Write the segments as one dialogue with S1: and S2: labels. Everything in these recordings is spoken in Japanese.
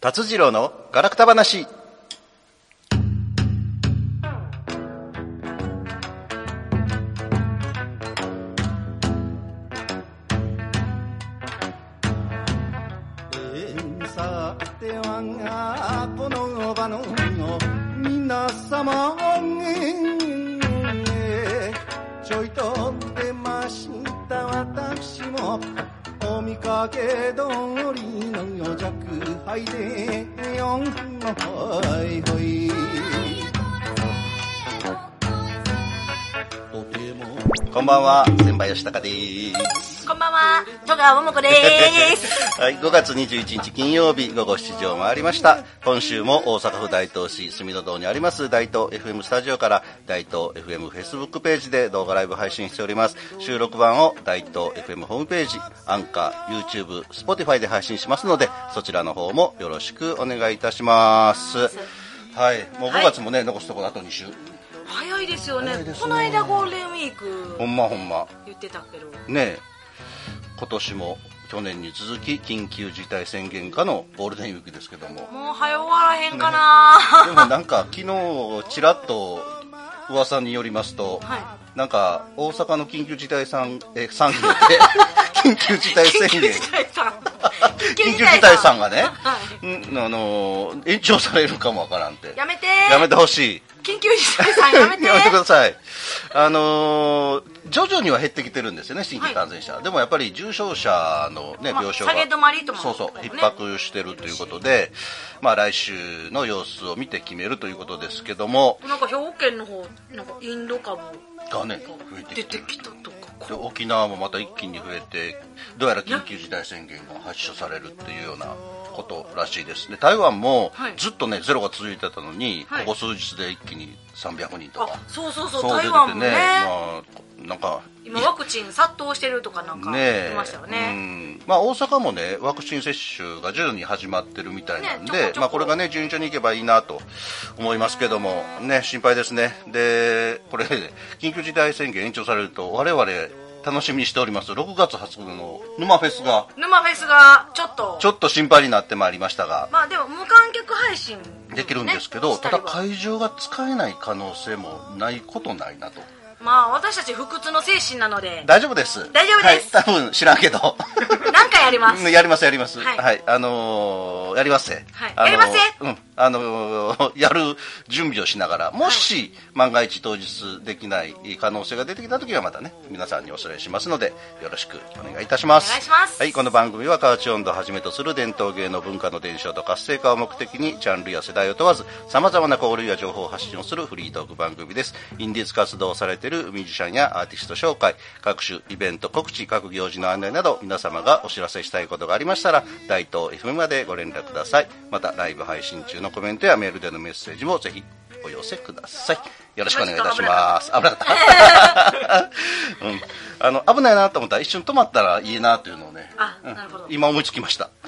S1: 達次郎のガラクタ話
S2: えーさてはこの場の皆様えーちょいと出ました私もお見かけ通りの弱敗で四のほいほいとても
S1: こんばんは千葉義孝です
S3: こんばんは、戸川桃子でーす。
S1: はい、5月21日金曜日午後7時を回りました。今週も大阪府大東市住戸堂にあります大東 FM スタジオから大東 FM フェイスブックページで動画ライブ配信しております。収録版を大東 FM ホームページ、アンカー、YouTube、Spotify で配信しますので、そちらの方もよろしくお願いいたします。はい、もう5月もね、残すところあと2週。
S3: 早いですよね
S1: 早いですね
S3: この間ゴールデンウィー
S1: ほ
S3: ク
S1: んまほんま。
S3: 言ってたけど、
S1: ねえ今年も去年に続き緊急事態宣言下のゴールデンウィークですけど も
S3: もう早終わらへんかな、
S1: でもなんか昨日ちらっと噂によりますと、
S3: は
S1: なんか大阪の緊急事態さんえ産 業で緊急事態宣言
S3: 緊急事態さん。
S1: 緊急事態さんがね、
S3: はい
S1: うんあのー延長されるかもわからんって
S3: やめて
S1: やめてほしい
S3: 緊急事態さんやめて
S1: やめてください。あのー徐々には減ってきてるんですよね、新規感染者。でもやっぱり重症者の、ね、
S3: まあ
S1: 病床が、
S3: 下げ止まりとも
S1: そうそう、
S3: ね
S1: 逼迫してるということで、まあ来週の様子を見て決めるということですけども、
S3: なんか兵庫県の方なんかインド株
S1: がね、増え
S3: が
S1: て
S3: 出
S1: きて
S3: て
S1: る。
S3: きたとか
S1: で沖縄もまた一気に増えて、どうやら緊急事態宣言が発出されるっていうようなことらしいですね、台湾も
S3: はい
S1: ずっとね、ゼロが続いてたのに、
S3: はい
S1: ここ数日で一気に300人とか
S3: あ、そうそうそう
S1: そう出て
S3: 台湾
S1: て
S3: も
S1: ね
S3: ね、
S1: まあ、なんか
S3: 今ワクチン殺到してるとかなんか言ってましたよね
S1: うんまあ、大阪もねワクチン接種が徐々に始まってるみたいなんで、
S3: ねちょこちょこ
S1: まあ、これがね順調にいけばいいなと思いますけども、ね、心配ですねでこれ緊急事態宣言延長されると我々楽しみにしております6月20日の沼フェスが
S3: 沼フェスがちょっと
S1: ちょっと心配になってまいりましたが
S3: まあでも無観客配信もね、
S1: できるんですけど、
S3: したり
S1: だ
S3: は
S1: 会場が使えない可能性もないことないなと
S3: まあ私たち不屈の精神なので
S1: 大丈夫です
S3: 大丈夫です
S1: はい、多分知らんけど
S3: 何回やります
S1: うんやりますやります。は、
S3: はいい
S1: あのーやりますね。
S3: はい
S1: あのー
S3: やりますね
S1: うん、あのー やる準備をしながら、もし、万が一当日できない可能性が出てきた時はまたね、皆さんにお伝えしますので、よろしくお願いいたします。
S3: お願いします
S1: はい、この番組は河内音頭をはじめとする伝統芸能文化の伝承と活性化を目的に、ジャンルや世代を問わず、様々な交流や情報を発信をするフリートーク番組です。インディーズ活動をされているミュージシャンやアーティスト紹介、各種イベント告知、各行事の案内など、皆様がお知らせしたいことがありましたら、大東 FM までご連絡ください。また、ライブ配信中のコメントやメールでのメッセージもぜひお寄せください。よろしくお願いいたします。危なかった。うん、あの危ないなと思ったら一瞬止まったらいいなというのをね
S3: あなるほど
S1: うん今思いつきました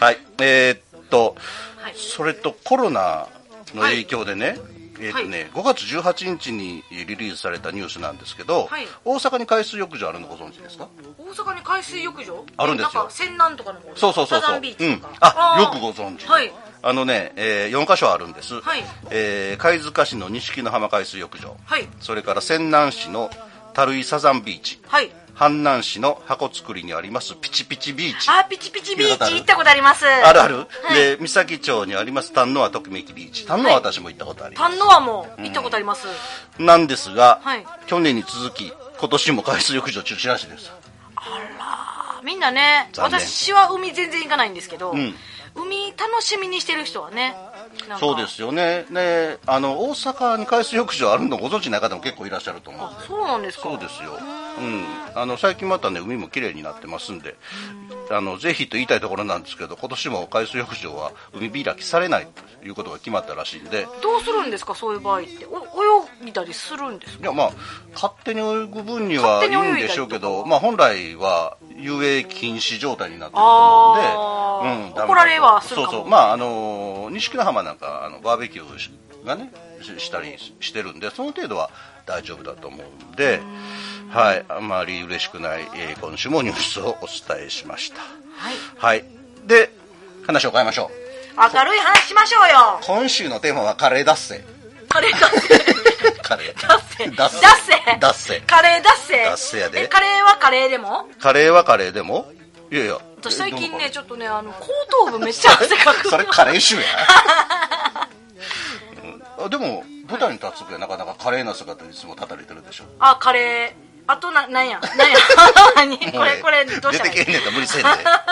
S1: はいえーっと
S3: はい
S1: それとコロナの影響でね、えーっとね、5月18日にリリースされたニュースなんですけど、
S3: はい
S1: 大阪に海水浴場あるのご存知ですか
S3: 大阪に海水浴場
S1: あるんですよ
S3: なんか泉南とかの方
S1: そうそうそう
S3: サ
S1: そ
S3: ザ
S1: う
S3: ンビー、
S1: う
S3: チ
S1: ん
S3: とか、
S1: あよ
S3: ー
S1: くご存知、
S3: はい
S1: あのね、え4箇所あるんです、
S3: はい
S1: えー貝塚市の錦の浜海水浴場、
S3: はい
S1: それから泉南市の樽井サザンビーチ、
S3: はい
S1: 阪南市の箱作りにありますピチピチビーチ。
S3: あーピチピチビーチ行ったことあります
S1: あるある、
S3: はい
S1: で、三崎町にあります丹野はときめきビーチ。丹野は私も行ったことありま
S3: 丹野はもう行ったことありま
S1: す。
S3: す、
S1: なんですが、
S3: はい
S1: 去年に続き、今年も海水浴場中止らしいです。
S3: あみんなね
S1: 残念
S3: 私は海全然行かないんですけど、
S1: ん
S3: 海楽しみにしてる人はねなんか
S1: そうですよね。ね、あの、大阪に海水浴場あるのご存知ない方も結構いらっしゃると思うんで
S3: あそうなんですか
S1: そうですよ。うん。あの、最近またね、海も綺麗になってますんで、あの、ぜひと言いたいところなんですけど、今年も海水浴場は海開きされないということが決まったらしいんで、
S3: どうするんですかそういう場合ってお泳ぎたりするんですか
S1: いやまあ勝手に泳ぐ分にはい
S3: 勝手に
S1: いん
S3: 泳いだりとか
S1: でしょうけど、まあ、本来は遊泳禁止状態になってると思うんで、
S3: あー
S1: うんダメだと
S3: 怒られはするかも
S1: そうそうまああのー錦の浜なんかあのバーベキューがねししたりしてるんでその程度は大丈夫だと思うんで、はい、あまり嬉しくない、えー今週もニュースをお伝えしました。
S3: はい
S1: はい、で話を変えましょう
S3: 明るい話しましょうよ
S1: 今週のテーマはカレー脱 せ
S3: カレーだ せ
S1: カレー
S3: だせ
S1: 脱
S3: だ
S1: せ
S3: せ
S1: 脱せ
S3: カレーだせ
S1: 脱せやで
S3: えカレーはカレーでも
S1: カレーはカレーでもいやいや
S3: 私最近ねち
S1: ょっ
S3: ょっとねあの後頭部めっちゃ汗かく
S1: それカレー臭や うんあでも舞台に立つ時はなかなか華麗な姿でいつも立たれてるでしょ
S3: あカレーあとななんやなんや 何これこれどうしたら
S1: 出て
S3: い
S1: け
S3: い
S1: へんねんと無理せん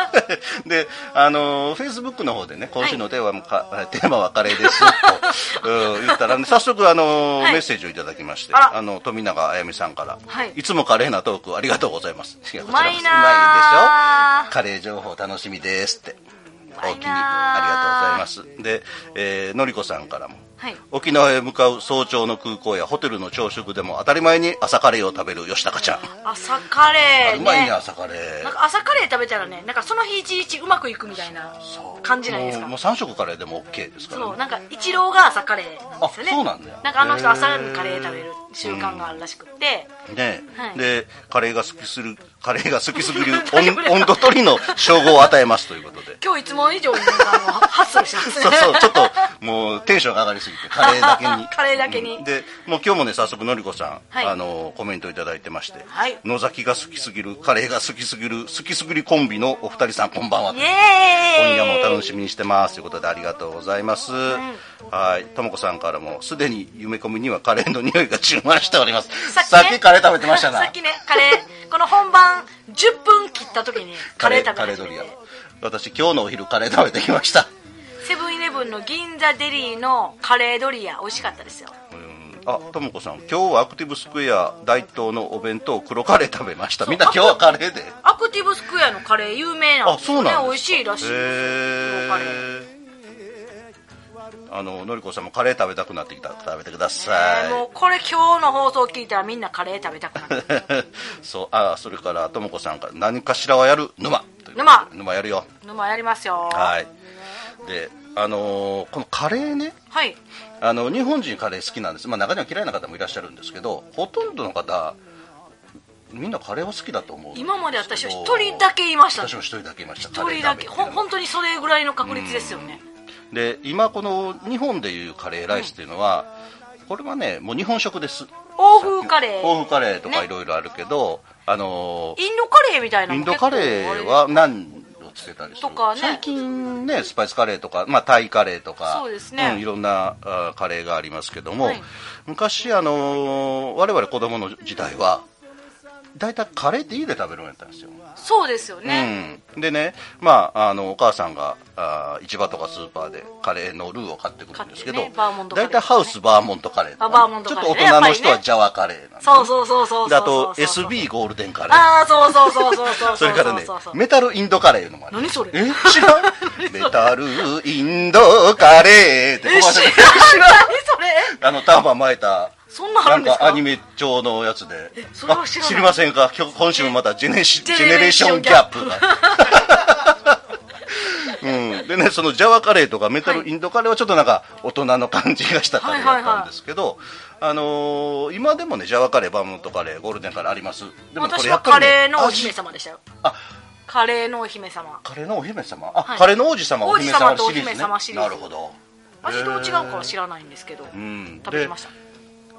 S1: でであのフェイスブックの方でね今週のテーマ,、か テーマはカレーです と、うん言ったら、ね、早速あの、
S3: はい
S1: メッセージをいただきまして
S3: あら
S1: あの富永あやみさんから、
S3: はい
S1: つも華麗なトークありがとうございますいや
S3: う
S1: こちらこ
S3: ま
S1: そ
S3: い
S1: まい
S3: うな
S1: でしょカレー情報楽しみですってお
S3: ま
S1: お
S3: いな
S1: 気にありがとうございますで、えーのりこさんからも
S3: はい
S1: 沖縄へ向かう早朝の空港やホテルの朝食でも当たり前に朝カレーを食べる吉高ちゃん、
S3: 朝カレー、
S1: あ
S3: ね、
S1: うまいね朝カレー
S3: なんか朝カレー食べたらねなんかその日一日うまくいくみたいな感じないです
S1: もう
S3: か
S1: もう3食カレーでも OK ですから、ね、
S3: そうなんかイチローが朝カレーなんですよね
S1: あそうなんだよ
S3: なんかあの人朝にカレー食べる習慣があるらしくって、
S1: ね、
S3: はい
S1: でカレーが好きするカレーが好きす ぎる
S3: 大丈夫ですか
S1: 温温度取りの称号を与えますということ で
S3: 今日いつも以上になんかあ のハッスルしてますね
S1: そうそうちょっともうテンションが上がりすぎてカレーだけに
S3: カレーだけに
S1: うんでもう今日もね早速のりこさん、
S3: はい
S1: あのコメントいただいてまして、
S3: はい
S1: 野崎が好きすぎるカレーが好きすぎる好きすぎるコンビのお二人さんこんばんは
S3: イエー
S1: 今
S3: イ
S1: 夜もお楽しみにしてますということでありがとうございます、はいともこさんからもすでに夢込みにはカレーの匂いが充満しておりますさっ,、きカレー食べてましたな
S3: さっきねカレーこの本番10分切った時にカレー食
S1: カレ
S3: べ
S1: ー
S3: 始
S1: ド
S3: め
S1: リ
S3: て
S1: ア私今日のお昼カレー食べてきました
S3: セブンイレブンの銀座デリーのカレードリア美味しかったですよ
S1: うんあともこさん今日はアクティブスクエア大東のお弁当黒カレー食べましたみんな今日はカレーで
S3: アクティブスクエアのカレー有名なん
S1: あ
S3: です
S1: そうな
S3: よ
S1: んで
S3: ね
S1: すか
S3: 美味しいらしいですよ黒カレー
S1: へーあののりこさんもカレー食べたくなってきたら食べてくだ
S3: え
S1: さい
S3: ーもうこれ今日の放送聞いたらみんなカレー食べたくなる
S1: そうあそれからともこさんから何かしらはやる沼という
S3: 沼
S1: 沼やるよ
S3: 沼やりますよは
S1: はいであのーこのカレーね
S3: い
S1: あの日本人カレー好きなんです、まあ、中には嫌いな方もいらっしゃるんですけどほとんどの方みんなカレーは好きだと思うんすけど
S3: 今まで私は一人だけいましたね
S1: 私も一人だけいました
S3: 一人だけ
S1: カレー
S3: ほ
S1: 食べ
S3: ん
S1: て
S3: 本当にそれぐらいの確率ですよね
S1: で今この日本でいうカレーライスっていうのは、これはねもう日本食です
S3: 欧風カレー
S1: 欧風カレーとか
S3: ね
S1: いろいろあるけど、あのー
S3: インドカレーみたいな
S1: イ
S3: の
S1: ン
S3: も
S1: ド
S3: 結構
S1: カレーは何をつけたりする
S3: とかね
S1: 最近ねスパイスカレーとか、まあ、タイカレーとか
S3: そうですね
S1: んいろんなあーカレーがありますけども、
S3: はい
S1: 昔、あのー我々子供の時代は大体カレーって家で食べるんやったんですよ、
S3: そうですよね、
S1: うん、でね、まあ、あのお母さんがあー市場とかスーパーでカレーのルーを買ってくるんですけど
S3: 買ってねバーモントカレ
S1: 大
S3: ー
S1: 体ハウスバーモントカレーとか
S3: あバーモントカレーね
S1: ちょっと大人の人はジャワカレーなんです
S3: そうそうそうそうそう
S1: であと
S3: そうそうそう
S1: SB ゴールデンカレー
S3: ああそうそうそうそうそうううう
S1: それからね
S3: そうそう、そう
S1: メタルインドカレーいうのもある。
S3: 何それ
S1: え 知らんメタルインドカレーって
S3: え
S1: コマーシャル
S3: 知らん何それ
S1: あの、ターバン巻いた、
S3: そんなのあ
S1: な
S3: る
S1: ん
S3: んです
S1: か
S3: か
S1: アニメ調のやつで。
S3: それは知らない
S1: ありませんか今日今週もまたジェネシ
S3: ジ
S1: ジ
S3: ェ
S1: ェ
S3: ネ
S1: ネ
S3: レ
S1: レ
S3: ー
S1: ー
S3: シ
S1: シ
S3: ョ
S1: ョ
S3: ン
S1: ン
S3: ギ
S1: ギ
S3: ャ
S1: ャ
S3: ッ
S1: ッ
S3: プ
S1: プが。 うん、でね、そのジャワカレーとかメタルインドカレーはちょっとなんか大人の感じがしたカレーだったんですけど、あのー今でもねジャワカレーバーモントカレーゴールデンカレーありますでもこ
S3: 私
S1: れや
S3: は
S1: っぱ
S3: カ
S1: りね
S3: レーのお
S1: 味
S3: 姫様でしたよ
S1: あ
S3: カレーのお姫様
S1: カレーのお姫様あ、
S3: はい
S1: カレーの王子様お姫様
S3: 王子様とお
S1: シ
S3: 姫
S1: リーズね
S3: 様シリーズ
S1: なるほど
S3: 味どう違うかは知らないんですけど、
S1: ん
S3: 食べてました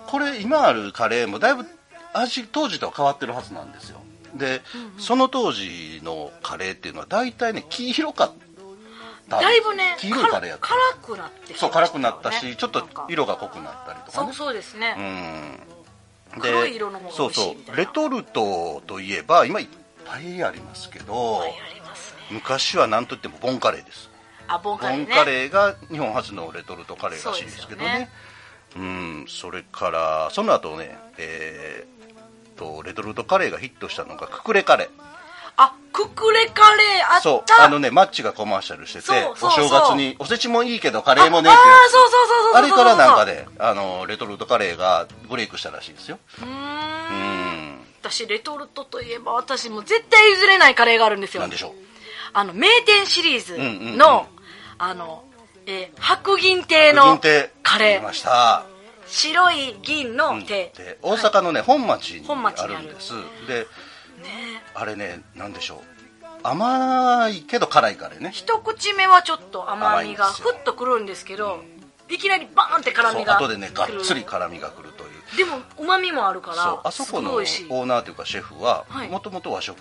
S1: これ今あるカレーもだいぶ味当時とは変わってるはずなんですよで、その当時のカレーっていうのは大体ね黄色かった
S3: だいぶね
S1: 黄色いカレーやった
S3: 辛辛くなってきましたよね
S1: そう辛くなったし、ちょっと
S3: なんか
S1: 色が濃くなったりとか
S3: そ
S1: ね
S3: うそうです
S1: う
S3: ね、
S1: ん
S3: 黒い色の方が美味しいみたいな
S1: レトルトといえば今いっぱいありますけど
S3: ありますね
S1: 昔は何といってもボンカレーです
S3: あボンカ
S1: ボ
S3: レー
S1: ン
S3: ね
S1: カレーが日本初のレトルトカレーらしいんですけどね
S3: そうで
S1: うんそれからその後ねえーっとレトルトカレーがヒットしたのがククレカレー
S3: あククレカレーあった
S1: そうあのねマッチがコマーシャルしてて
S3: そうそうそう
S1: お正月におせちもいいけどカ
S3: あ
S1: レーもね
S3: あ
S1: っ
S3: ー
S1: てやつ
S3: そうそうそうそう
S1: あ
S3: そう
S1: れからなんかねあのレトルトカレーがブレイクしたらしいですよ
S3: うー
S1: うんん
S3: 私レトルトといえば私もう絶対譲れないカレーがあるんですよ
S1: なんでしょう
S3: あの名店シリーズの、
S1: うんうんうん
S3: あの、えー白銀亭
S1: 銀
S3: の
S1: 亭
S3: カレ
S1: 出ま
S3: ー
S1: した
S3: 白い銀の亭、
S1: で大阪のね、本町に
S3: 本町に
S1: あ
S3: ある
S1: るんですであれね何でしょう甘いけど辛いカレーね
S3: 一口目はちょっと甘みが
S1: 甘いんですよ
S3: ふっとくるんですけどいきなりバーンって辛
S1: そう
S3: みが
S1: 後でねがっつり
S3: くる
S1: 辛みがくるという
S3: でもうまみもあるから
S1: そうあそこのオ
S3: すごい美味しい
S1: ーナーというかシェフは
S3: はい
S1: もともと和食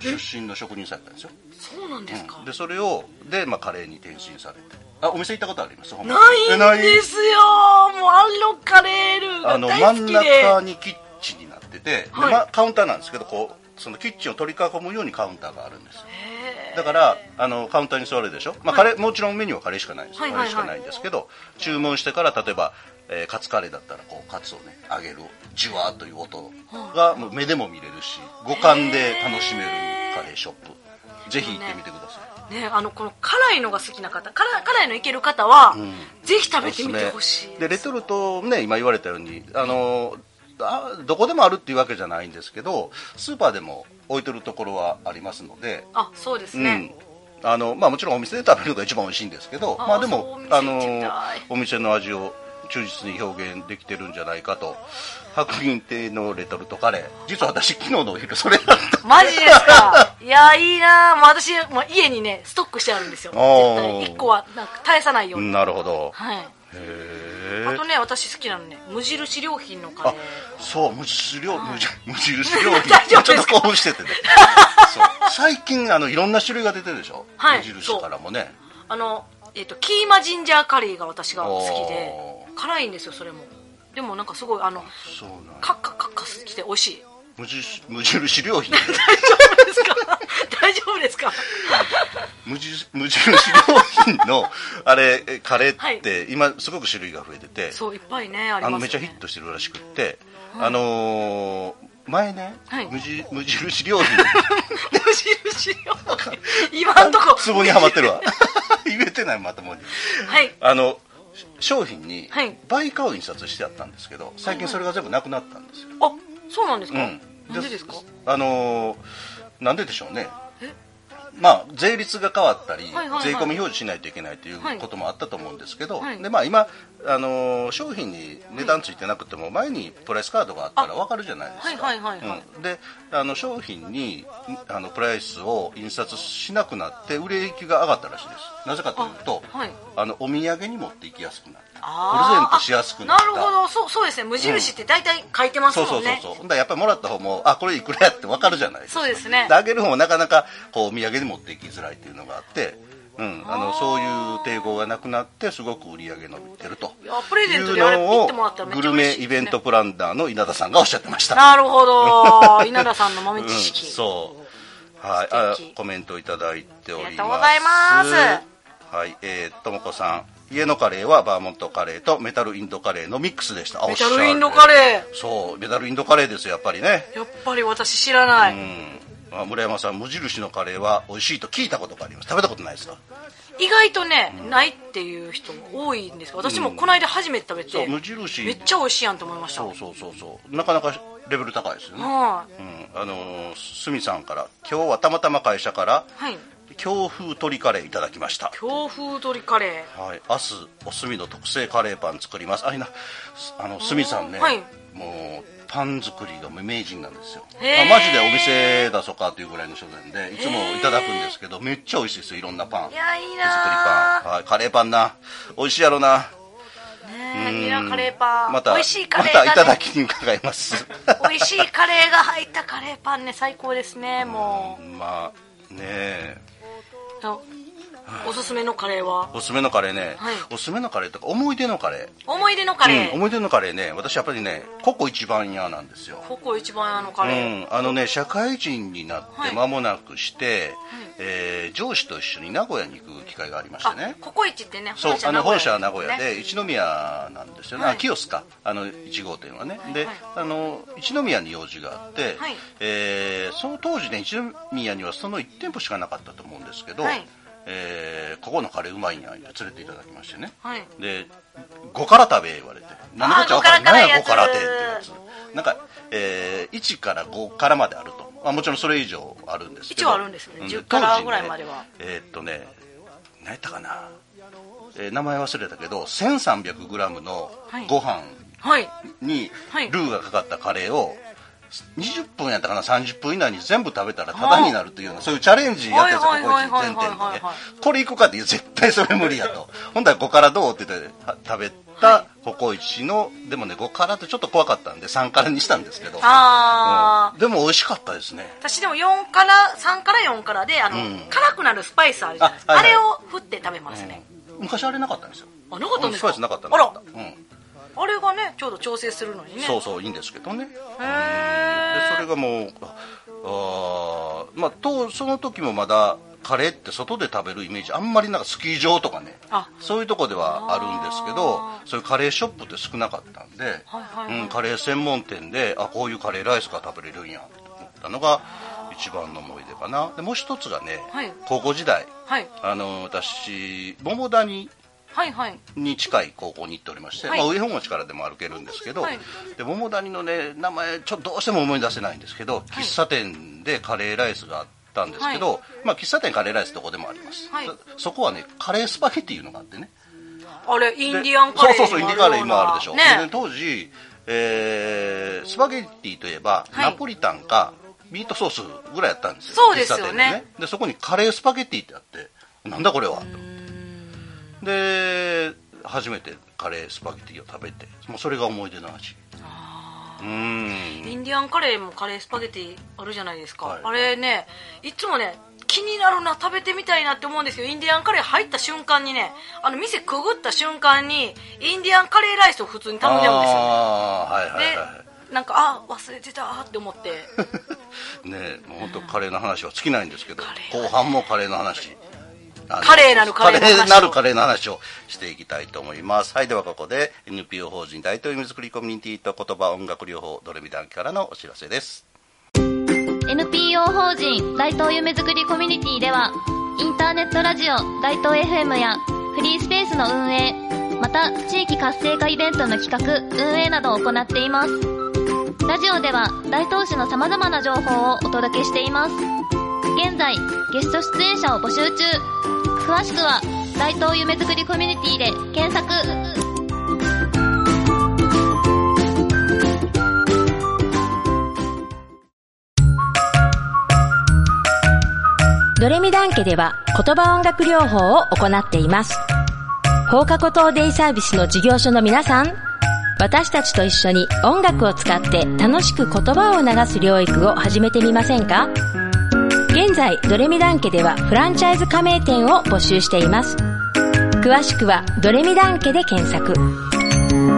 S1: 出身の職人さんやったんですよ、
S3: そうなんですか、
S1: うんでそれをで、まあ、カレーに転身されてあお店行ったことありますほんまえ
S3: ないん
S1: い
S3: ですよもうあのカレールー
S1: あ
S3: が
S1: の真
S3: 大好
S1: ん
S3: きで
S1: 中にキッチンになってて、で
S3: はい
S1: ま、カウンターなんですけどこうそのキッチンを取り囲むようにカウンターがあるんですよ
S3: へー
S1: だからあのカウンターに座るでしょ、まあカレーもちろんメニューはカレーしかないんですよ、
S3: はいはいはい
S1: カレーしかないんですけど注文してから例えば、えーカツカレーだったらこうカツをね揚げるジュワーという音がもう目でも見れるし五感で楽しめるカレーショップぜひ行ってみてください
S3: ねあのこの辛いのが好きな方辛辛いのいける方は、
S1: ん
S3: ぜひ食べてみてほしい
S1: おすすめでレトルトね今言われたようにあのあどこでもあるっていうわけじゃないんですけどスーパーでも置いてるところはありますので
S3: あそうですね、
S1: うんあのまあ、もちろんお店で食べるのが一番美味しいんですけど
S3: あー
S1: まあ、で
S3: そうお
S1: も
S3: 店
S1: あ
S3: 行ってみ
S1: の
S3: たい
S1: お店の味を忠実に表現できてるんじゃないかと白銀亭のレトルトカレー実は私昨日のお昼それだった
S3: マジですかいやいいなもう私もう家にねストックしてあるんですよ
S1: あー
S3: 絶対1個はなんか絶やさないように、
S1: なるほど
S3: はい
S1: へ
S3: あ
S1: え
S3: とね私好きなのね無印良品のカレ
S1: あ
S3: ー
S1: そう無印良無印無印良
S3: 大
S1: 品
S3: 丈夫
S1: ちょ
S3: で
S1: っ
S3: すか
S1: と興奮しててねそう最近あのいろんな種類が出てるでしょ、
S3: はい
S1: 無印からもね
S3: あの、えっとキーマジンジャーカレーが私が好きで
S1: お
S3: 辛いんですよそれもでもなんかすごいあの
S1: そうなんや
S3: カッカッカッカして美味しい
S1: 無印無印良品
S3: ですか 大丈夫ですか
S1: 無印 無印良品のあれえカレーって、今すごく種類が増えてて
S3: そういっぱいねあり
S1: あ
S3: ますよね
S1: のめちゃヒットしてるらしくって、あのー前ね、
S3: はい
S1: 無印無印良品
S3: 無印良品 今んとこ
S1: ツボにはまってるわ 言えてないまともに
S3: はい
S1: あのし商品に
S3: はい
S1: 売価を印刷してあったんですけど最近それが全部なくなったんですよ、
S3: あそうなんですか、
S1: うん
S3: なんでですか
S1: あのーなんででしょうね
S3: え
S1: まあ、税率が変わったり、
S3: はいはいはい
S1: 税込み表示しないといけないという
S3: はい
S1: こともあったと思うんですけど、
S3: はい
S1: でまあ、今、あのー商品に値段ついてなくても、前にプライスカードがあったら分かるじゃないですか、
S3: はいはいはいはい
S1: うんであの商品にあのプライスを印刷しなくなって売れ行きが上がったらしいですなぜかというと
S3: あはい
S1: あのお土産に持って行きやすくなった
S3: あ
S1: プレゼ
S3: ー
S1: ントしやすくなった
S3: あるほどそうそうですね無印って大体書いてます
S1: そう
S3: も
S1: そうんそう
S3: ね、
S1: そう、だからやっぱりもらった方もあこれいくらやって分かるじゃないですか
S3: そうですね
S1: であげる方もなかなかこうお土産に持っていきづらいっていうのがあって、うん、あのそういう抵抗がなくなってすごく売り上げ伸びてると
S3: いやプレゼント
S1: いう
S3: であれ
S1: の
S3: 言っ
S1: を
S3: てもらったらめっ
S1: グ
S3: ちゃ
S1: ル
S3: 嬉
S1: メ
S3: しいですね
S1: イベントプランナーの稲田さんがおっしゃってました、
S3: なるほ ど稲田さんの豆知識、
S1: うんそうはいあ
S3: 素敵
S1: コメントいただいております
S3: ありがとうございます
S1: はいえーともこさん家のカレーはバーモントカレーとメタルインドカレーのミックスでしたあ
S3: メタルインド
S1: おっしゃ
S3: カ
S1: る
S3: レー
S1: そうメタルインドカレーですよやっぱりね
S3: やっぱり私知らない、
S1: うんあ村山さん無印のカレーは美味しいと聞いたことがあります食べたことないですか
S3: 意外とね、ないっていう人も多いんですけど私もこの間初めて食べて、
S1: そう無印
S3: めっちゃ美味しいやんと思いました
S1: そうそうそうそうなかなかレベル高いですよね
S3: は
S1: うんあのーすみさんから今日はたまたま会社から
S3: い、はい、
S1: 強風鶏カレーいただきました
S3: 京風鶏カレ
S1: はい、明日おすみの特製カレーパン作りますあいなすあのすみさんね、
S3: はい
S1: もうパン作りが名人なんですよ、
S3: へー
S1: まあ、マジでお店出そうかというぐらいの人なんでいつもいただくんですけどめっちゃ美味しいですよいろんなパン
S3: ーいやいい
S1: 手作り
S3: な
S1: パン、はい、カレーパンな美味しいやろな
S3: ーねえいいなカレーパン、
S1: また
S3: 美味しいカレー
S1: またいた
S3: が、
S1: だ
S3: ね、
S1: きに伺います
S3: 美味しいカレーが入ったカレーパンね最高ですねも
S1: まあねえ
S3: うおすすめのカレーは
S1: おすすめのカレーね、
S3: はい
S1: おすすめのカレーとか思い出のカレ
S3: 思い出のカ
S1: ー、
S3: レ
S1: うん
S3: ー、
S1: 思い出のカレーね私やっぱりねココ一番屋なんですよ
S3: ここ一番屋のカ
S1: う
S3: レー、
S1: ん、あのね社会人になって間もなくして、えー上司と一緒に名古屋に行く機会がありましてね
S3: あココイチってね
S1: そう
S3: 本社
S1: あの
S3: 名古屋
S1: 本社は名古屋
S3: ね
S1: で一宮なんですよね、
S3: はい
S1: あ清須かあの1号店はね、で
S3: はい
S1: あの一宮に用事があって、
S3: はい
S1: えーその当時ね一宮にはその1店舗しかなかったと思うんですけど、
S3: はい
S1: えーここのカレーうまいんや言って連れていただきましてね、
S3: はい
S1: で5から食べ言われて何のこっちゃ分からん
S3: 五から
S1: 何
S3: 辛い
S1: や
S3: や
S1: 5
S3: つ
S1: からってってやつなんか、えー1から5からまであると、まあ、もちろんそれ以上あるんですけど
S3: 一応あるんですね
S1: う
S3: 10からぐらいまでは
S1: 当時ねえーっとね何やったかな、えー名前忘れたけど 1300g の
S3: はい
S1: ご飯
S3: はい
S1: に
S3: はい
S1: ルーがかかったカレーを20分やったかな30分以内に全部食べたらタダになるというようなそういうチャレンジやってた
S3: はい
S1: ここ
S3: はい
S1: 一
S3: はい
S1: 全
S3: はいは
S1: 店
S3: い
S1: でね
S3: はい
S1: これ行くかって絶対それ無理やとほんだら5からどうって言っては食べたココイチのでもね5からってちょっと怖かったんで3からにしたんですけど
S3: あー
S1: うんでも美味しかったですね
S3: 私でも4から3から4からであの、
S1: うん
S3: 辛くなるスパイスあるじゃないですかあ,、
S1: あはいはい
S3: れを振って食べますね、
S1: 昔あれなかったんですよ
S3: あなかったんですか
S1: うんスパイスなかった
S3: あら
S1: なかったうん
S3: あれがねちょうど調整するのにね
S1: そうそういいんですけどね
S3: へ
S1: でそれ
S3: え
S1: がもうああーまあとその時もまだカレーって外で食べるイメージあんまりなんかスキー場とかね
S3: あ
S1: そういうとこではあるんですけど
S3: あ
S1: そういうカレーショップって少なかったんで、
S3: はいはい
S1: うん、カレー専門店であこういうカレーライスが食べれるんやと思ったのが一番の思い出かなでもう一つがね、
S3: はい
S1: 高校時代
S3: はい
S1: あの私桃谷
S3: はいはい
S1: に近い高校に行っておりまして、
S3: はい
S1: まあ、上本町からでも歩けるんですけど、
S3: はい
S1: で桃谷のね名前ちょっとどうしても思い出せないんですけど、喫茶店でカレーライスがあったんですけど、
S3: は
S1: まあ、喫茶店カレーライスどこでもあります、
S3: はい
S1: そそこはねカレースパゲティいうのがあってね
S3: あれイ
S1: イ
S3: ンディアンカレー
S1: そうそうそうインディカレー
S3: に
S1: 今
S3: も
S1: ある
S3: ような
S1: でしょ、で
S3: ね
S1: 当時、えースパゲティといえば、
S3: は
S1: ナ
S3: い
S1: ポリタンかミートソースぐらいやったんですよ
S3: そうです
S1: 喫茶
S3: よね
S1: 店ででそこにカレースパゲティってあってなんだこれはと思ってで初めてカレースパゲティを食べてもうそれが思い出の味うーん
S3: インディアンカレーもカレースパゲティあるじゃないですか、
S1: はい
S3: あれねいつもね気になるな食べてみたいなって思うんですけどインディアンカレー入った瞬間にねあの店くぐった瞬間にインディアンカレーライスを普通に頼んじゃうんですよね
S1: ああはいはいはい
S3: でなんかあ忘れてたーって 思って
S1: ねえもう本当カレーの話は尽きないんですけど
S3: カレーはね
S1: 後半もカレーの話あの
S3: カレーなるカレーの話を
S1: カなるカレーの話をしていきたいと思いますはいではここで NPO 法人大東夢作りコミュニティと言葉音楽療法ドレミ団からのお知らせです
S4: NPO 法人大東夢作りコミュニティではインターネットラジオ大東 FM やフリースペースの運営また地域活性化イベントの企画運営などを行っていますラジオでは大東市の様々な情報をお届けしています現在ゲスト出演者を募集中詳しくは大東夢作りコミュニティで検索
S5: ドレミダン家では言葉音楽療法を行っています。放課後等デイサービスの事業所の皆さん、私たちと一緒に音楽を使って楽しく言葉を流す療育を始めてみませんか現在、ドレミダン家ではフランチャイズ加盟店を募集しています。詳しくはドレミダン家で検索。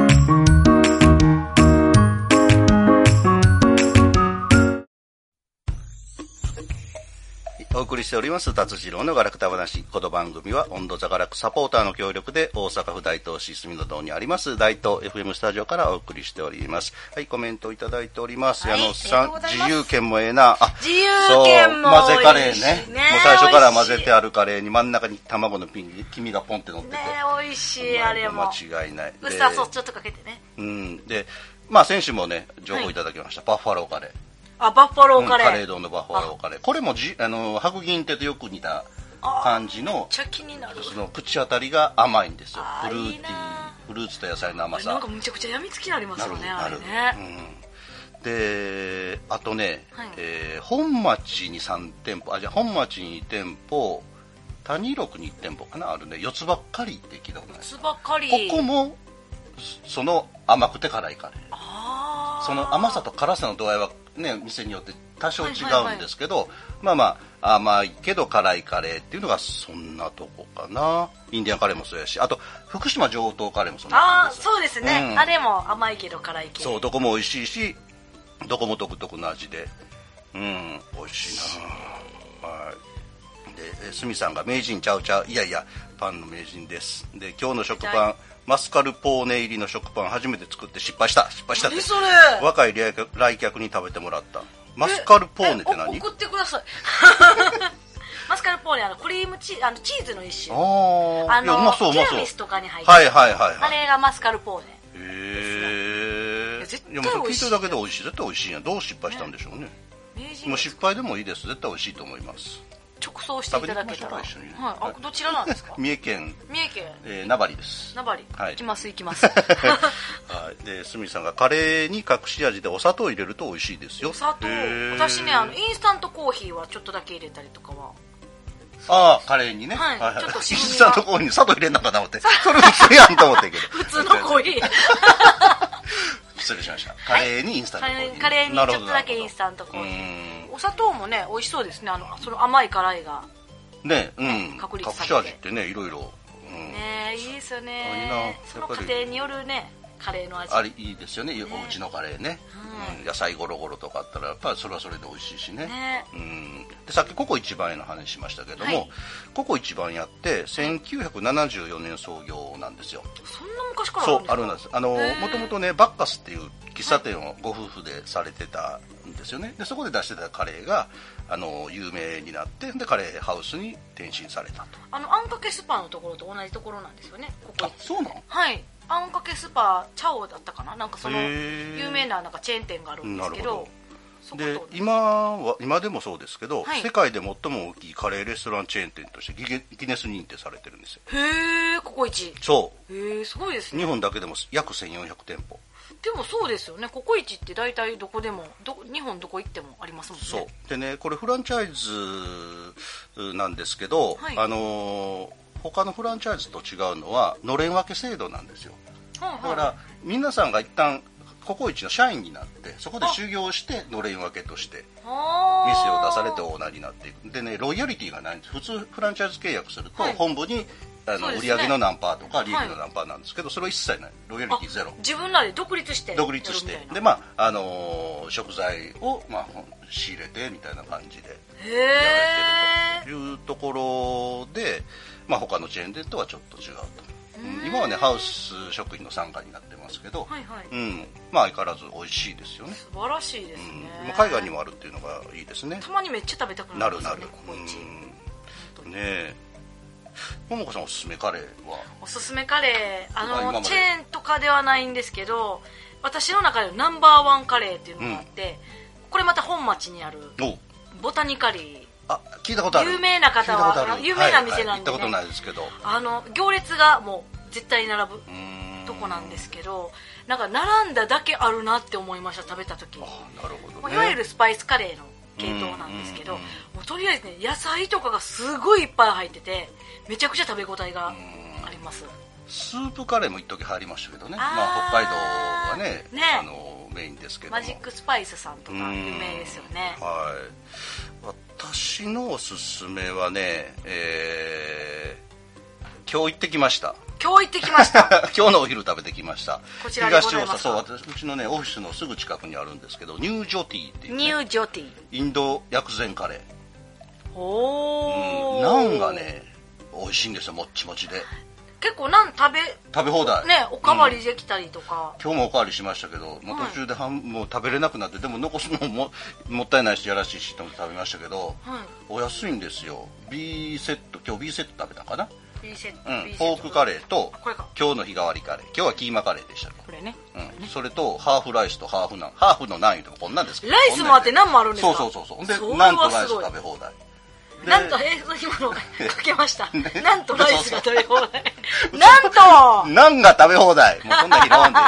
S1: お送りしております達次郎のガラクタ話この番組は温度座ガラクサポーターの協力で大阪府大東市住の堂にあります大東 FM スタジオからお送りしておりますはいコメントをいただいております、
S3: はい
S1: 矢野さん
S3: ありがとうございます
S1: 自由券もええなあ
S3: 自由券も
S1: そう混ぜカレーね
S3: 美味しいね
S1: もう最初から混ぜてあるカレーに真ん中に卵のピン黄身がポンって乗ってて、
S3: ね美味しいあれも
S1: 間違いない
S3: ウスターソースちょっとかけてね
S1: うんでまあ先週もね情報いただきました、バッファローカレー
S3: あバッファロ
S1: う
S3: ー
S1: ん
S3: カレー,、
S1: 丼のバッファローカレーこれもじあの白銀亭とよく似た
S3: あー
S1: 感じの
S3: めっちゃ気になる
S1: その口当たりが甘いんですよ
S3: あー
S1: フルー
S3: いい
S1: ティ
S3: な
S1: ーフルーツと野菜の甘
S3: なん
S1: さ
S3: かむちゃくちゃやみつきになります
S1: な
S3: よ
S1: る
S3: ね
S1: な
S3: あれ
S1: る、
S3: ね
S1: うん、であとね、
S3: はい
S1: えー本町に3店舗あじゃあ本町に2店舗谷六に1店舗かなあるね四つばっかりって聞いたことない
S3: つばかり
S1: ここもそその甘くて辛いカレー
S3: あー
S1: その甘さと辛さの度合いは、ね、店によって多少違うんですけど、まあまあ甘いけど辛いカレーっていうのがそんなとこかなインディアンカレーもそうやしあと福島上等カレーもそんな
S3: あ
S1: 感
S3: あ
S1: じです
S3: そうですね、
S1: うん
S3: あれも甘いけど辛いけど
S1: そうどこも美味しいしどこも独特の味でうん美味しいなはいでえ鷲見さんが「名人ちゃうちゃういやいやパンの名人です」で今日の食
S3: 痛
S1: パンマスカルポーネ入りの食パン初めて作って失敗した失敗したって
S3: 何それ
S1: 若い来客来客に食べてもらったマスカルポーネって
S3: え
S1: 何
S3: お送ってく ださいマスカルポーネあのクリームチーあのチーズの一種
S1: ああ
S3: あ
S1: いやうまそう
S3: の
S1: うま
S3: ティラ
S1: そう
S3: ミスとかに入ってる
S1: はいはいはい
S3: あ
S1: はい
S3: れがマスカルポーネ
S1: へえい
S3: ですねいや
S1: や
S3: 絶
S1: も
S3: 対
S1: う
S3: 美
S1: 聞
S3: 味
S1: い
S3: してい
S1: るだけで美味しい絶対美味しいやんどう失敗したんでしょうね
S3: 名人
S1: もう
S3: が
S1: 失敗でもいいです絶対美味しいと思います
S3: 直送していただけた
S1: 食べに行きま
S3: ら、
S1: しょうか一緒にね
S3: はい、あどち らなんですか
S1: 三重県、
S3: 三重県
S1: えー、名張です
S3: 名張、
S1: はい
S3: 行きます行きます
S1: ははい、でスミさんがカレーに隠し味でお砂糖を入れると美味しいですよ
S3: お砂糖
S1: へー
S3: 私ねあのインスタントコーヒーはちょっとだけ入れたりとかは
S1: ああカレーにね
S3: はいちょっと
S1: イン
S3: 白身が
S1: スタントコーヒーに砂糖入れんのかな思ってそれ普通やんと思ってんけど
S3: 普通のコーヒー
S1: 失礼しましたカレーにインスタント
S3: カ
S1: コー
S3: レ
S1: ヒ
S3: ー
S1: ー
S3: カレーにちょっとだけインスタントコーヒ
S1: う
S3: ーお砂糖もね美味しそうですねあのその甘い辛いが
S1: ーねうん
S3: 確
S1: 隠
S3: 立され
S1: して味ってねいろいろ、うん
S3: ねいいですよ
S1: あいいなやっ
S3: ね
S1: ぱり
S3: その家庭によるねカレーの味
S1: あれいいですよねおうちのカレーね、
S3: はい
S1: うん野菜ゴロゴロとかあったらやっぱりそれはそれで美味しいしね
S3: ね
S1: うんでさっきココ一番屋の話しましたけども、
S3: はい
S1: ココ一番屋って1974年創業なんですよ
S3: そんな昔から
S1: そう
S3: ですか
S1: あるんですあの
S3: へー
S1: もともとねバッカスっていう喫茶店をご夫婦でされてたんですよねでそこで出してたカレーがあの有名になってでカレーハウスに転身されたと
S3: あのあんかけスパのところと同じところなんですよねここ
S1: あそうなの
S3: はいあんかけスパチャオだったかななんかその
S1: へー
S3: 有名ななんかチェーン店があるんですけ
S1: なるほ
S3: ど
S1: ど
S3: そこ
S1: で
S3: と
S1: 今は今でもそうですけど、
S3: はい
S1: 世界で最も大きいカレーレストランチェーン店としてギゲギネス認定されてるんですよ
S3: へえここ一
S1: そ
S3: へえすごいです
S1: う
S3: ね
S1: 日本だけでも約1400店舗
S3: でもそうですよねココイチって大体どこでもど日本どこ行ってもありますもんね
S1: そうでねこれフランチャイズなんですけど、
S3: はい
S1: あのー他のフランチャイズと違うのはのれん分け制度なんですよ
S3: はい
S1: だ
S3: は
S1: か
S3: い
S1: ら皆さんが一旦ココイチの社員になってそこで修行してのれん分けとして
S3: あー
S1: 店を出されてオーナーになっていくでねロイヤリティがないんです普通フランチャイズ契約すると
S3: はい
S1: 本部に、あ
S3: そ
S1: の
S3: うで
S1: 売
S3: すね
S1: 上の何パーとか利益
S3: は
S1: の
S3: い
S1: 何パーなんですけどそれは一切ないロイヤリ
S3: あ
S1: ティゼロ
S3: 自分らで独立して
S1: 独立して
S3: やるみた
S1: で
S3: い
S1: ま
S3: な
S1: ああのー食材を、まあ、ほん仕入れてみたいな感じで
S3: へ
S1: やられ
S3: え
S1: てるというところで、まあ、他のチェーン店とはちょっと違うと、うん今はねハウス食品の参加になってますけど、
S3: はいはい
S1: うんまあ、相変わらず美味しいですよね、
S3: 素晴らしいです
S1: うん
S3: ね、
S1: まあ、海外にもあるっていうのがいいですね
S3: たまにめっちゃ食べたくな
S1: な
S3: る
S1: る
S3: んです
S1: な
S3: よ
S1: る
S3: ねココイチ
S1: うんねえももこさんおすすめカレーは
S3: おすすめカレー
S1: あ
S3: あ
S1: 今ま
S3: の
S1: で
S3: チェーンとかではないんですけど私の中でのナンバーワンカレーっていうのがあって、これまた本町にある
S1: お
S3: ボタニカリー
S1: あ聞いたことある
S3: 有名な方
S1: 聞い
S3: は
S1: たことある
S3: 有名な店なんでね
S1: はいはい行ったことないですけど
S3: あの行列がもう絶対に並ぶ
S1: うーん
S3: とこなんですけどなんか並んだだけあるなって思いました食べた時に
S1: あなるほど、ね、
S3: もういわゆるスパイスカレーの系統なんですけ
S1: う
S3: ど、
S1: んうん
S3: もうとりあえずね野菜とかがすごいいっぱい入っててめちゃくちゃ食べ応えがあります、
S1: スープカレーも一時入りましたけどね
S3: あ
S1: ま
S3: ー
S1: あ、北海道はね
S3: ね
S1: あのメインですけども
S3: マジックスパイスさんとか有名ですよね
S1: うんはい私のおすすめはねえー今日行ってきました
S3: 今日行ってき ました
S1: 今日のお昼食べてきました
S3: こちらでござい
S1: 東
S3: ま
S1: 大
S3: す
S1: そう私うちのねオフィスのすぐ近くにあるんですけどニュージョティっていう、
S3: ニ
S1: ね
S3: ュ、ージョティ
S1: インド薬膳カレー、
S3: お
S1: う
S3: お
S1: ん、ナンがね美味しいんですよもっちもちで
S3: 結構ナン食べ
S1: 食べ放題
S3: ねおかわ
S1: う
S3: り
S1: ん
S3: できたりとか、
S1: 今日もおかわりしましたけど、もう
S3: はい
S1: 途中で半、もう食べれなくなってでも残すのももったいないしやらしいしと思って食べましたけど、
S3: は
S1: お安いんですよ B セット今日 B セット食べたかな、
S3: い B セット、
S1: うん
S3: B セッ、ト
S1: ポークカレーと
S3: これか
S1: 今日の日替わりカレー今日はキーマカレーでしたけど
S3: これね
S1: うん、それとハーフライスとハーフナンハーフのナンいうのもこんなんですけど
S3: ライスもあってナンもあるんですか
S1: そうそうそうそうほんで
S3: それは
S1: ナンとライス
S3: すごい
S1: 食べ放題で
S3: なんと映像にもかけました
S1: ね
S3: なんとライスが食べ放題なんと
S1: ナンが食べ放題 もうこんなひらわんで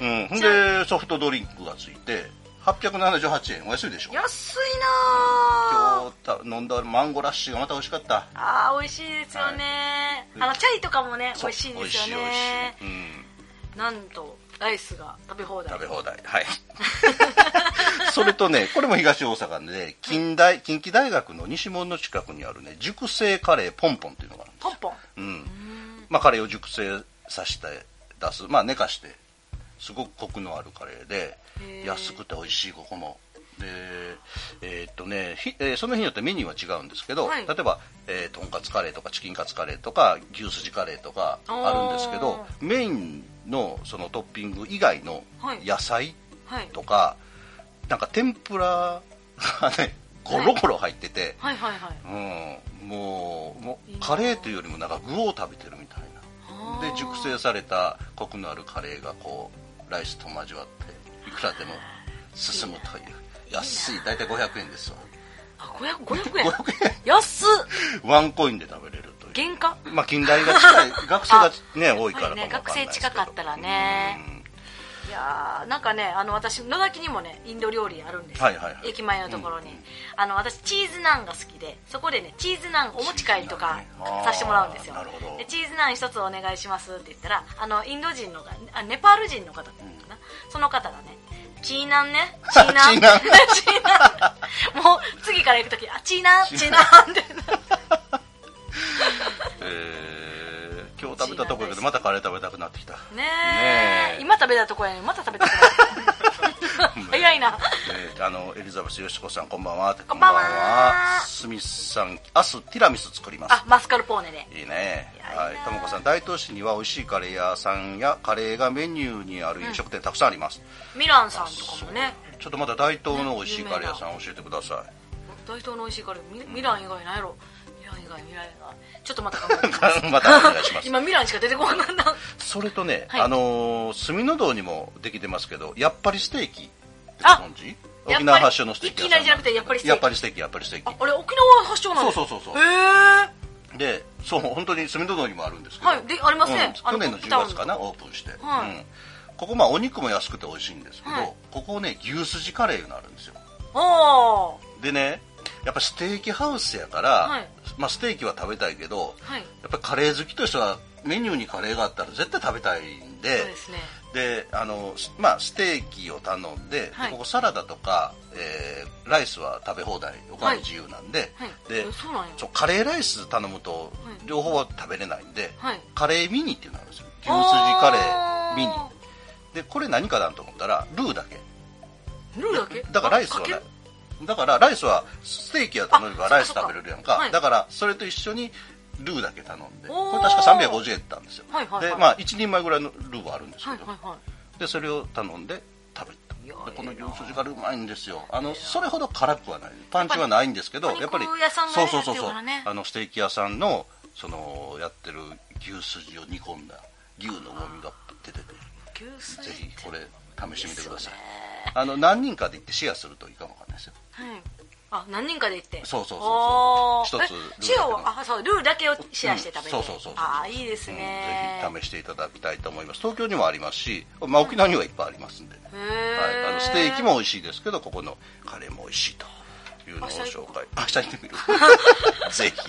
S1: うん ほんでソフトドリンクがついて878円お安いでしょ
S3: 安いな
S1: 今日た飲んだマンゴーラッシーがまた美味しかった
S3: ああー美味しいですよね、
S1: はい
S3: あのチャイとかもね美味しい
S1: そう
S3: です
S1: 美味しい
S3: よね
S1: 美味しいうん
S3: なんとライスが食べ放題
S1: 食べ放題 はいそれとねこれも東大阪で近代近畿大学の西門の近くにあるね熟成カレーポンポンっていうのがある
S3: ポンポン
S1: うんまあ、カレーを熟成させて出す、まあ、寝かしてすごくコクのあるカレーで
S3: へー
S1: 安くて美味しいここもでえーっとねひえーその日によってメニューは違うんですけど、
S3: はい
S1: 例えば、えーとんかつカレーとかチキンカツカレーとか牛すじカレーとかあるんですけどメインのそのトッピング以外の
S3: はい
S1: 野菜
S3: はい
S1: とか、なんか天ぷらがねゴロゴロ入ってて、
S3: はいはいはい
S1: うん、もうも
S3: いいうな
S1: カレーというよりもなんか具を食べてるみたい
S3: あ
S1: な
S3: ー
S1: で熟成されたコクのあるカレーがこうライスと交わっていくらでも進むという安い大体500円ですわ
S3: あ500 500円
S1: 500円
S3: 安っ
S1: ワンコインで食べれるという
S3: 原価
S1: まあ近代が近 い学生がね多いからかも
S3: ね
S1: わ
S3: 学
S1: んないで
S3: 生
S1: すけど
S3: 近かったらねいやーなんかねあの私野崎にもねインド料理あるんですよ、
S1: はいはいはい
S3: 駅前のところに、あの私チーズナンが好きでそこでねチーズナンお持ち帰りとか
S1: チーズナンね
S3: させてもらうんですよ
S1: あーなるほど
S3: でチーズナン一つお願いしますって言ったらあのインド人のがあネパール人の方だったのかな、その方がねチーナンねチーナ ン
S1: チーナン
S3: チーナンもう次から行く時あチーナンチー ナンって
S1: えー今日食べたとこやけどまたカレー食べたくなってきた
S3: ね
S1: ね
S3: え
S1: え
S3: 今食べたとこやねまた食べたくな る早いな
S1: えーあのエリザベスよしこさんこんばんは
S3: こんばんは
S1: スミスさん明日ティラミス作ります
S3: あマスカルポーネで
S1: いいね
S3: いやいいな
S1: はいともこさん大東市には美味しいカレー屋さんやカレーがメニューにある飲食店たくさんあります、
S3: ミランさんとかもね
S1: ちょっとまた大東の美味しいカレー屋さん教えてくださ
S3: 大東の美味しいカレーミミラン以外ないやろミラン以外ミラン以外ちょっとまた考えてみます
S1: い またお願いします
S3: 今ミランしか出てこなかった
S1: それとね、
S3: はい
S1: あのー墨の道にもできてますけどやっぱりステーキってご
S3: あ
S1: 存知
S3: やっぱり
S1: 沖縄発祥のステーキ屋さん
S3: いきなりじゃなくてやっぱりステーキ
S1: やっぱりステーキやっぱりステーキ
S3: ああれ沖縄発祥なの
S1: そうそうそうそう
S3: へえ
S1: でそう本当に隅の道にもあるんですけど、
S3: はいでありますね
S1: うん
S3: あ
S1: 去
S3: の
S1: 年の
S3: ポップタウン
S1: 10月かなオープンして、
S3: はい
S1: うんここまあお肉も安くて美味しいんですけど、
S3: はい
S1: ここね牛すじカレーがあるんですよ
S3: おー
S1: でねやっぱステーキハウスやから、
S3: はい
S1: まあ、ステーキは食べたいけど、
S3: はい
S1: やっぱりカレー好きとしてはメニューにカレーがあったら絶対食べたいんで
S3: そうですね
S1: であの、すまあ、ステーキを頼んで,で、
S3: はい
S1: ここサラダとか、えーライスは食べ放題おかわり自由なんで,、
S3: はい
S1: で
S3: えそうなんや
S1: そうカレーライス頼むと
S3: い
S1: 両方は食べれないんで、
S3: はい
S1: カレーミニっていうのがあるんですよ牛すじカレ
S3: あ
S1: ー
S3: ー
S1: ミニでこれ何かなと思ったらルーだけ
S3: ルーだけ
S1: だからライスは
S3: あかけ
S1: ない
S3: る
S1: だからライスはステーキや頼めば
S3: あ
S1: ライス
S3: そっか
S1: 食
S3: そっ
S1: べ
S3: か
S1: れるやんか、
S3: はい
S1: だからそれと一緒にルーだけ頼んで
S3: お
S1: こ
S3: ー
S1: れ確か350円だったんですよ、
S3: はいはいはい
S1: でまあ1人前ぐらいのルーはあるんですけ
S3: はい
S1: ど、
S3: はいは
S1: でそれを頼んで食べた
S3: いや
S1: でこの
S3: ええな
S1: 牛すじがうまいんですよあのそれほど辛くはないパンチはないんですけど
S3: や
S1: や
S3: っ
S1: っ
S3: ぱ
S1: ぱ
S3: り
S1: り
S3: 肉屋さんが
S1: そ
S3: ね
S1: うそうそうそう
S3: やってるからね
S1: あのステーキ屋さんのそのやってる牛すじを煮込んだ牛のうまみが出てて
S3: い牛す
S1: ぜ
S3: じ
S1: ひこれ試してみてください
S3: いい
S1: あの何人かで行ってシェアするといいかもわかんないですよ
S3: はいあ何人かで行って
S1: そうそうそうそう
S3: おー
S1: 一つルーだけ
S3: えシェアはあそうルーだけをシェアして食べる、
S1: うんそうそうそうそう
S3: あーいいですね、
S1: うんぜひ試していただきたいと思います東京にもありますし、まあ、沖縄にはいっぱいありますんで、
S3: へ
S1: はい、あのステーキも美味しいですけどここのカレーも美味しいというのを
S3: 明日行
S1: 紹
S3: こ
S1: 介あ明日行ってみる ぜひ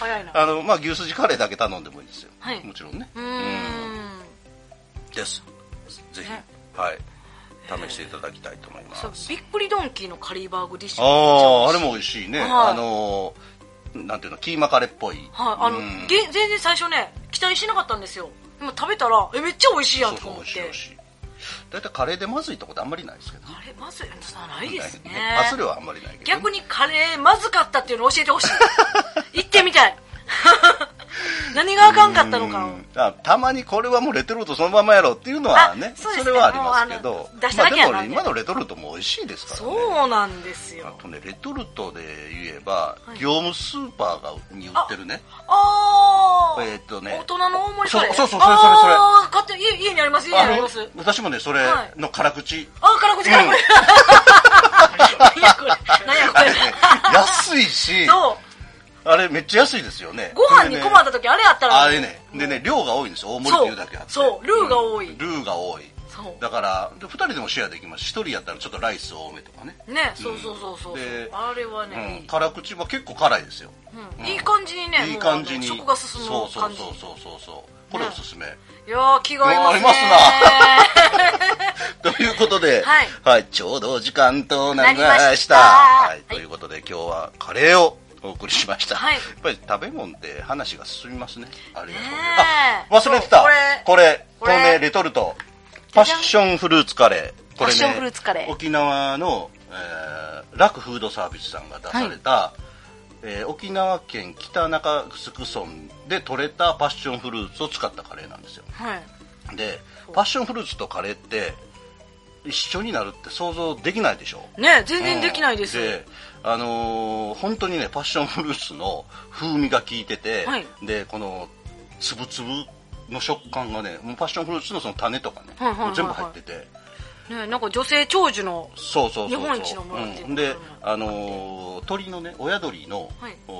S3: 早いな
S1: あの、まあ、牛すじカレーだけ頼んでもいいですよ、
S3: はい
S1: もちろんね
S3: うーん
S1: ですぜ
S3: ね
S1: ひ、はい、試していただきたいと思います
S3: そうびっくりドンキーのカリーバーグディッシュ
S1: あああれも美味しいね、
S3: はい
S1: あのーなんていうのキーマカレーっぽい、
S3: はいあの、
S1: うん
S3: げ全然最初ね期待してなかったんですよでも食べたらえめっちゃ美味しいや
S1: そ
S3: ん
S1: う
S3: と
S1: そう美
S3: 思っ
S1: 味しい
S3: て
S1: 美味しい大体カレーでまずいとこってあんまりないですけどね
S3: あれまずいそんなないですね
S1: パス量はあんまりないけど、
S3: 逆にカレーまずかったっていうの教えてほしい 行ってみたい 何があかんかったのかを
S1: うんあたまにこれはもうレトルトそのままやろっていうのはね
S3: あそうですね
S1: れはありますけ
S3: もう
S1: ど
S3: あの出しただけやな
S1: まあ、でも今のレトルトも美味しいですからね
S3: そうなんです
S1: あ
S3: よ
S1: とねレトルトで言えば、
S3: はい
S1: 業務スーパーがに売ってるね
S3: ああ
S1: えーっとね
S3: 大人の大盛りカレー
S1: そうそうそうそれそれそれ
S3: あー買って家家にあります家にあります
S1: れ私もねそれの辛口、
S3: あー辛口辛口、何やこれ何やこ
S1: あ
S3: れ
S1: れね安いし
S3: そう
S1: あれめっちゃ安いですよね
S3: ご飯に困っ
S1: でね
S3: た時あれやったら
S1: あれねでね量が多いんですよ大盛りっていうだけあって
S3: そうそうルーが多い
S1: うんルーが多い
S3: そう
S1: だから2人でもシェアできますし1人やったらちょっとライス多めとかね
S3: ねそうそうそうそう、
S1: で
S3: あれはね、
S1: う
S3: い
S1: ん、
S3: い
S1: 辛口は結構辛いですよ、
S3: うんいい感じにね
S1: いい感じに
S3: もうあの食が進む
S1: そうそう
S3: 感じ
S1: そうそうそうそうこれおすすめ、
S3: いやー気が合いますね
S1: あ ということで、
S3: はい
S1: ちょうどお時間となりま
S3: なり
S1: した
S3: ました
S1: はい
S3: はい
S1: ということで今日はカレーをお送りしました、
S3: はい
S1: やっぱり食べ物って話が進みますねありがとう
S3: ねえ
S1: あ忘れてた
S3: そう
S1: こ
S3: こ
S1: れ
S3: れ
S1: これ
S3: これ
S1: ねレトルトパッションフルーツカレーこれね
S3: パッションフルーツカレー
S1: 沖縄の、えー、ラクフードサービスさんが出された、えー沖縄県北中城村で採れたパッションフルーツを使ったカレーなんですよ
S3: はい
S1: でパッションフルーツとカレーって一緒になるって想像できないでしょ
S3: ね全然できないです、
S1: うんあのー本当にねパッションフルーツの風味が効いてて、
S3: はい
S1: でこの粒々の食感がねもうパッションフルーツのその種とかね、
S3: はいはいはいはい
S1: もう全部入ってて
S3: ねなんか女性長寿の
S1: そうそうそうそう
S3: 日本一のものっていううんこと
S1: で
S3: なのか
S1: あのー鳥のね親鳥の、
S3: はい
S1: お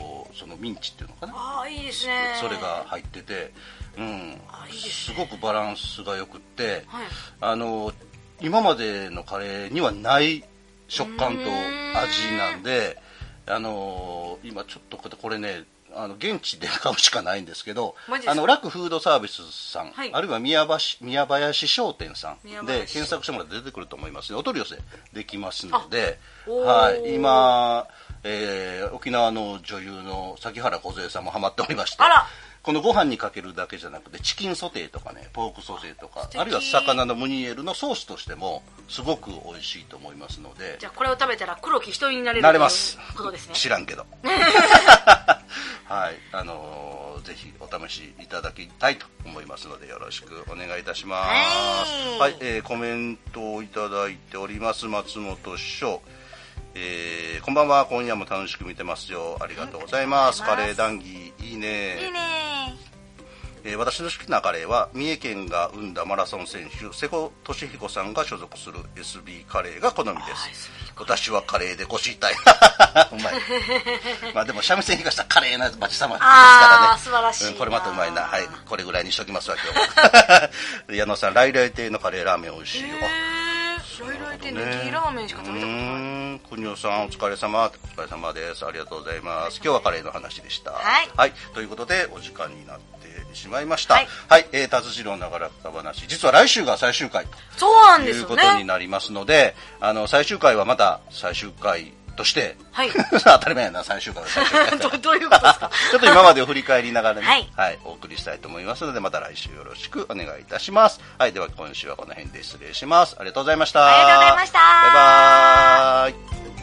S1: ーそのミンチっていうのかな
S3: ああいいですね
S1: それが入ってて、うん
S3: あ、いいです
S1: す
S3: ね
S1: ごくバランスが良くって、
S3: はい
S1: あの今までのカレーにはない食感と
S3: うーん
S1: 味なんであの今ちょっとこれこれねあの現地で買うしかないんですけど
S3: マジですか
S1: あのラクフードサービスさん、
S3: はい
S1: あるいは宮林宮林商店さん
S3: 宮
S1: で
S3: 林
S1: 検索してもらって出てくると思いますのでお取り寄せできますので、
S3: あおー
S1: はい、今、えー沖縄の女優の崎原梢さんもハマっておりまして
S3: あら
S1: このご飯にかけるだけじゃなくてチキンソテーとかねポークソテーとか
S3: 素敵
S1: あるいは魚のムニエルのソースとしてもすごく美味しいと思いますので
S3: じゃあこれを食べたら黒木一人になれる
S1: なれます
S3: ということですね
S1: 知らんけ どはいあのーぜひお試しいただきたいと思いますのでよろしくお願いいたします
S3: は
S1: はいい、えーコメントをいただいております松本師匠えーこんばんは今夜も楽しく見てますよありがとうございます
S3: ありが
S1: カ
S3: とう
S1: レ
S3: ご
S1: ー
S3: ざ
S1: 談義いいね
S3: いいね
S1: えー私の好きなカレーは三重県が生んだマラソン選手瀬古利彦さんが所属する SB カレーが好みで
S3: あ
S1: す
S3: SB
S1: 私はカレーで腰痛い うまいまあでも三味線弾かしたカレーな町様ですからね
S3: あー素晴らしいな
S1: うんこれまたうまいなはいこれぐらいにしときますわ今日 矢野さん来来亭のカレーラーメン美味しい
S3: へ
S1: よ
S3: えライライ店のギーラーメンしか食べたことない
S1: い国尾さんお疲れ様お疲れ様ですありがとうございます今日はカレーの話でした
S3: はい
S1: ということでお時間になってしまいましたは
S3: はいい、
S1: えー達次郎ながらった話実は来週が最終回
S3: そうな
S1: と
S3: んで
S1: い
S3: す
S1: う
S3: よ
S1: ことに
S3: ね
S1: なりますのであの最終回はまた最終回として、
S3: はい
S1: 当たり前やな最終回は最終回
S3: どどういうことですか
S1: ちょっと今までを振り返りながらね、は
S3: はいい、
S1: お送りしたいと思いますので、また来週よろしくお願いいたします。はい、では今週はこの辺で失礼します。ありがとうございました。
S3: ありがとうございました
S1: バイバーイ。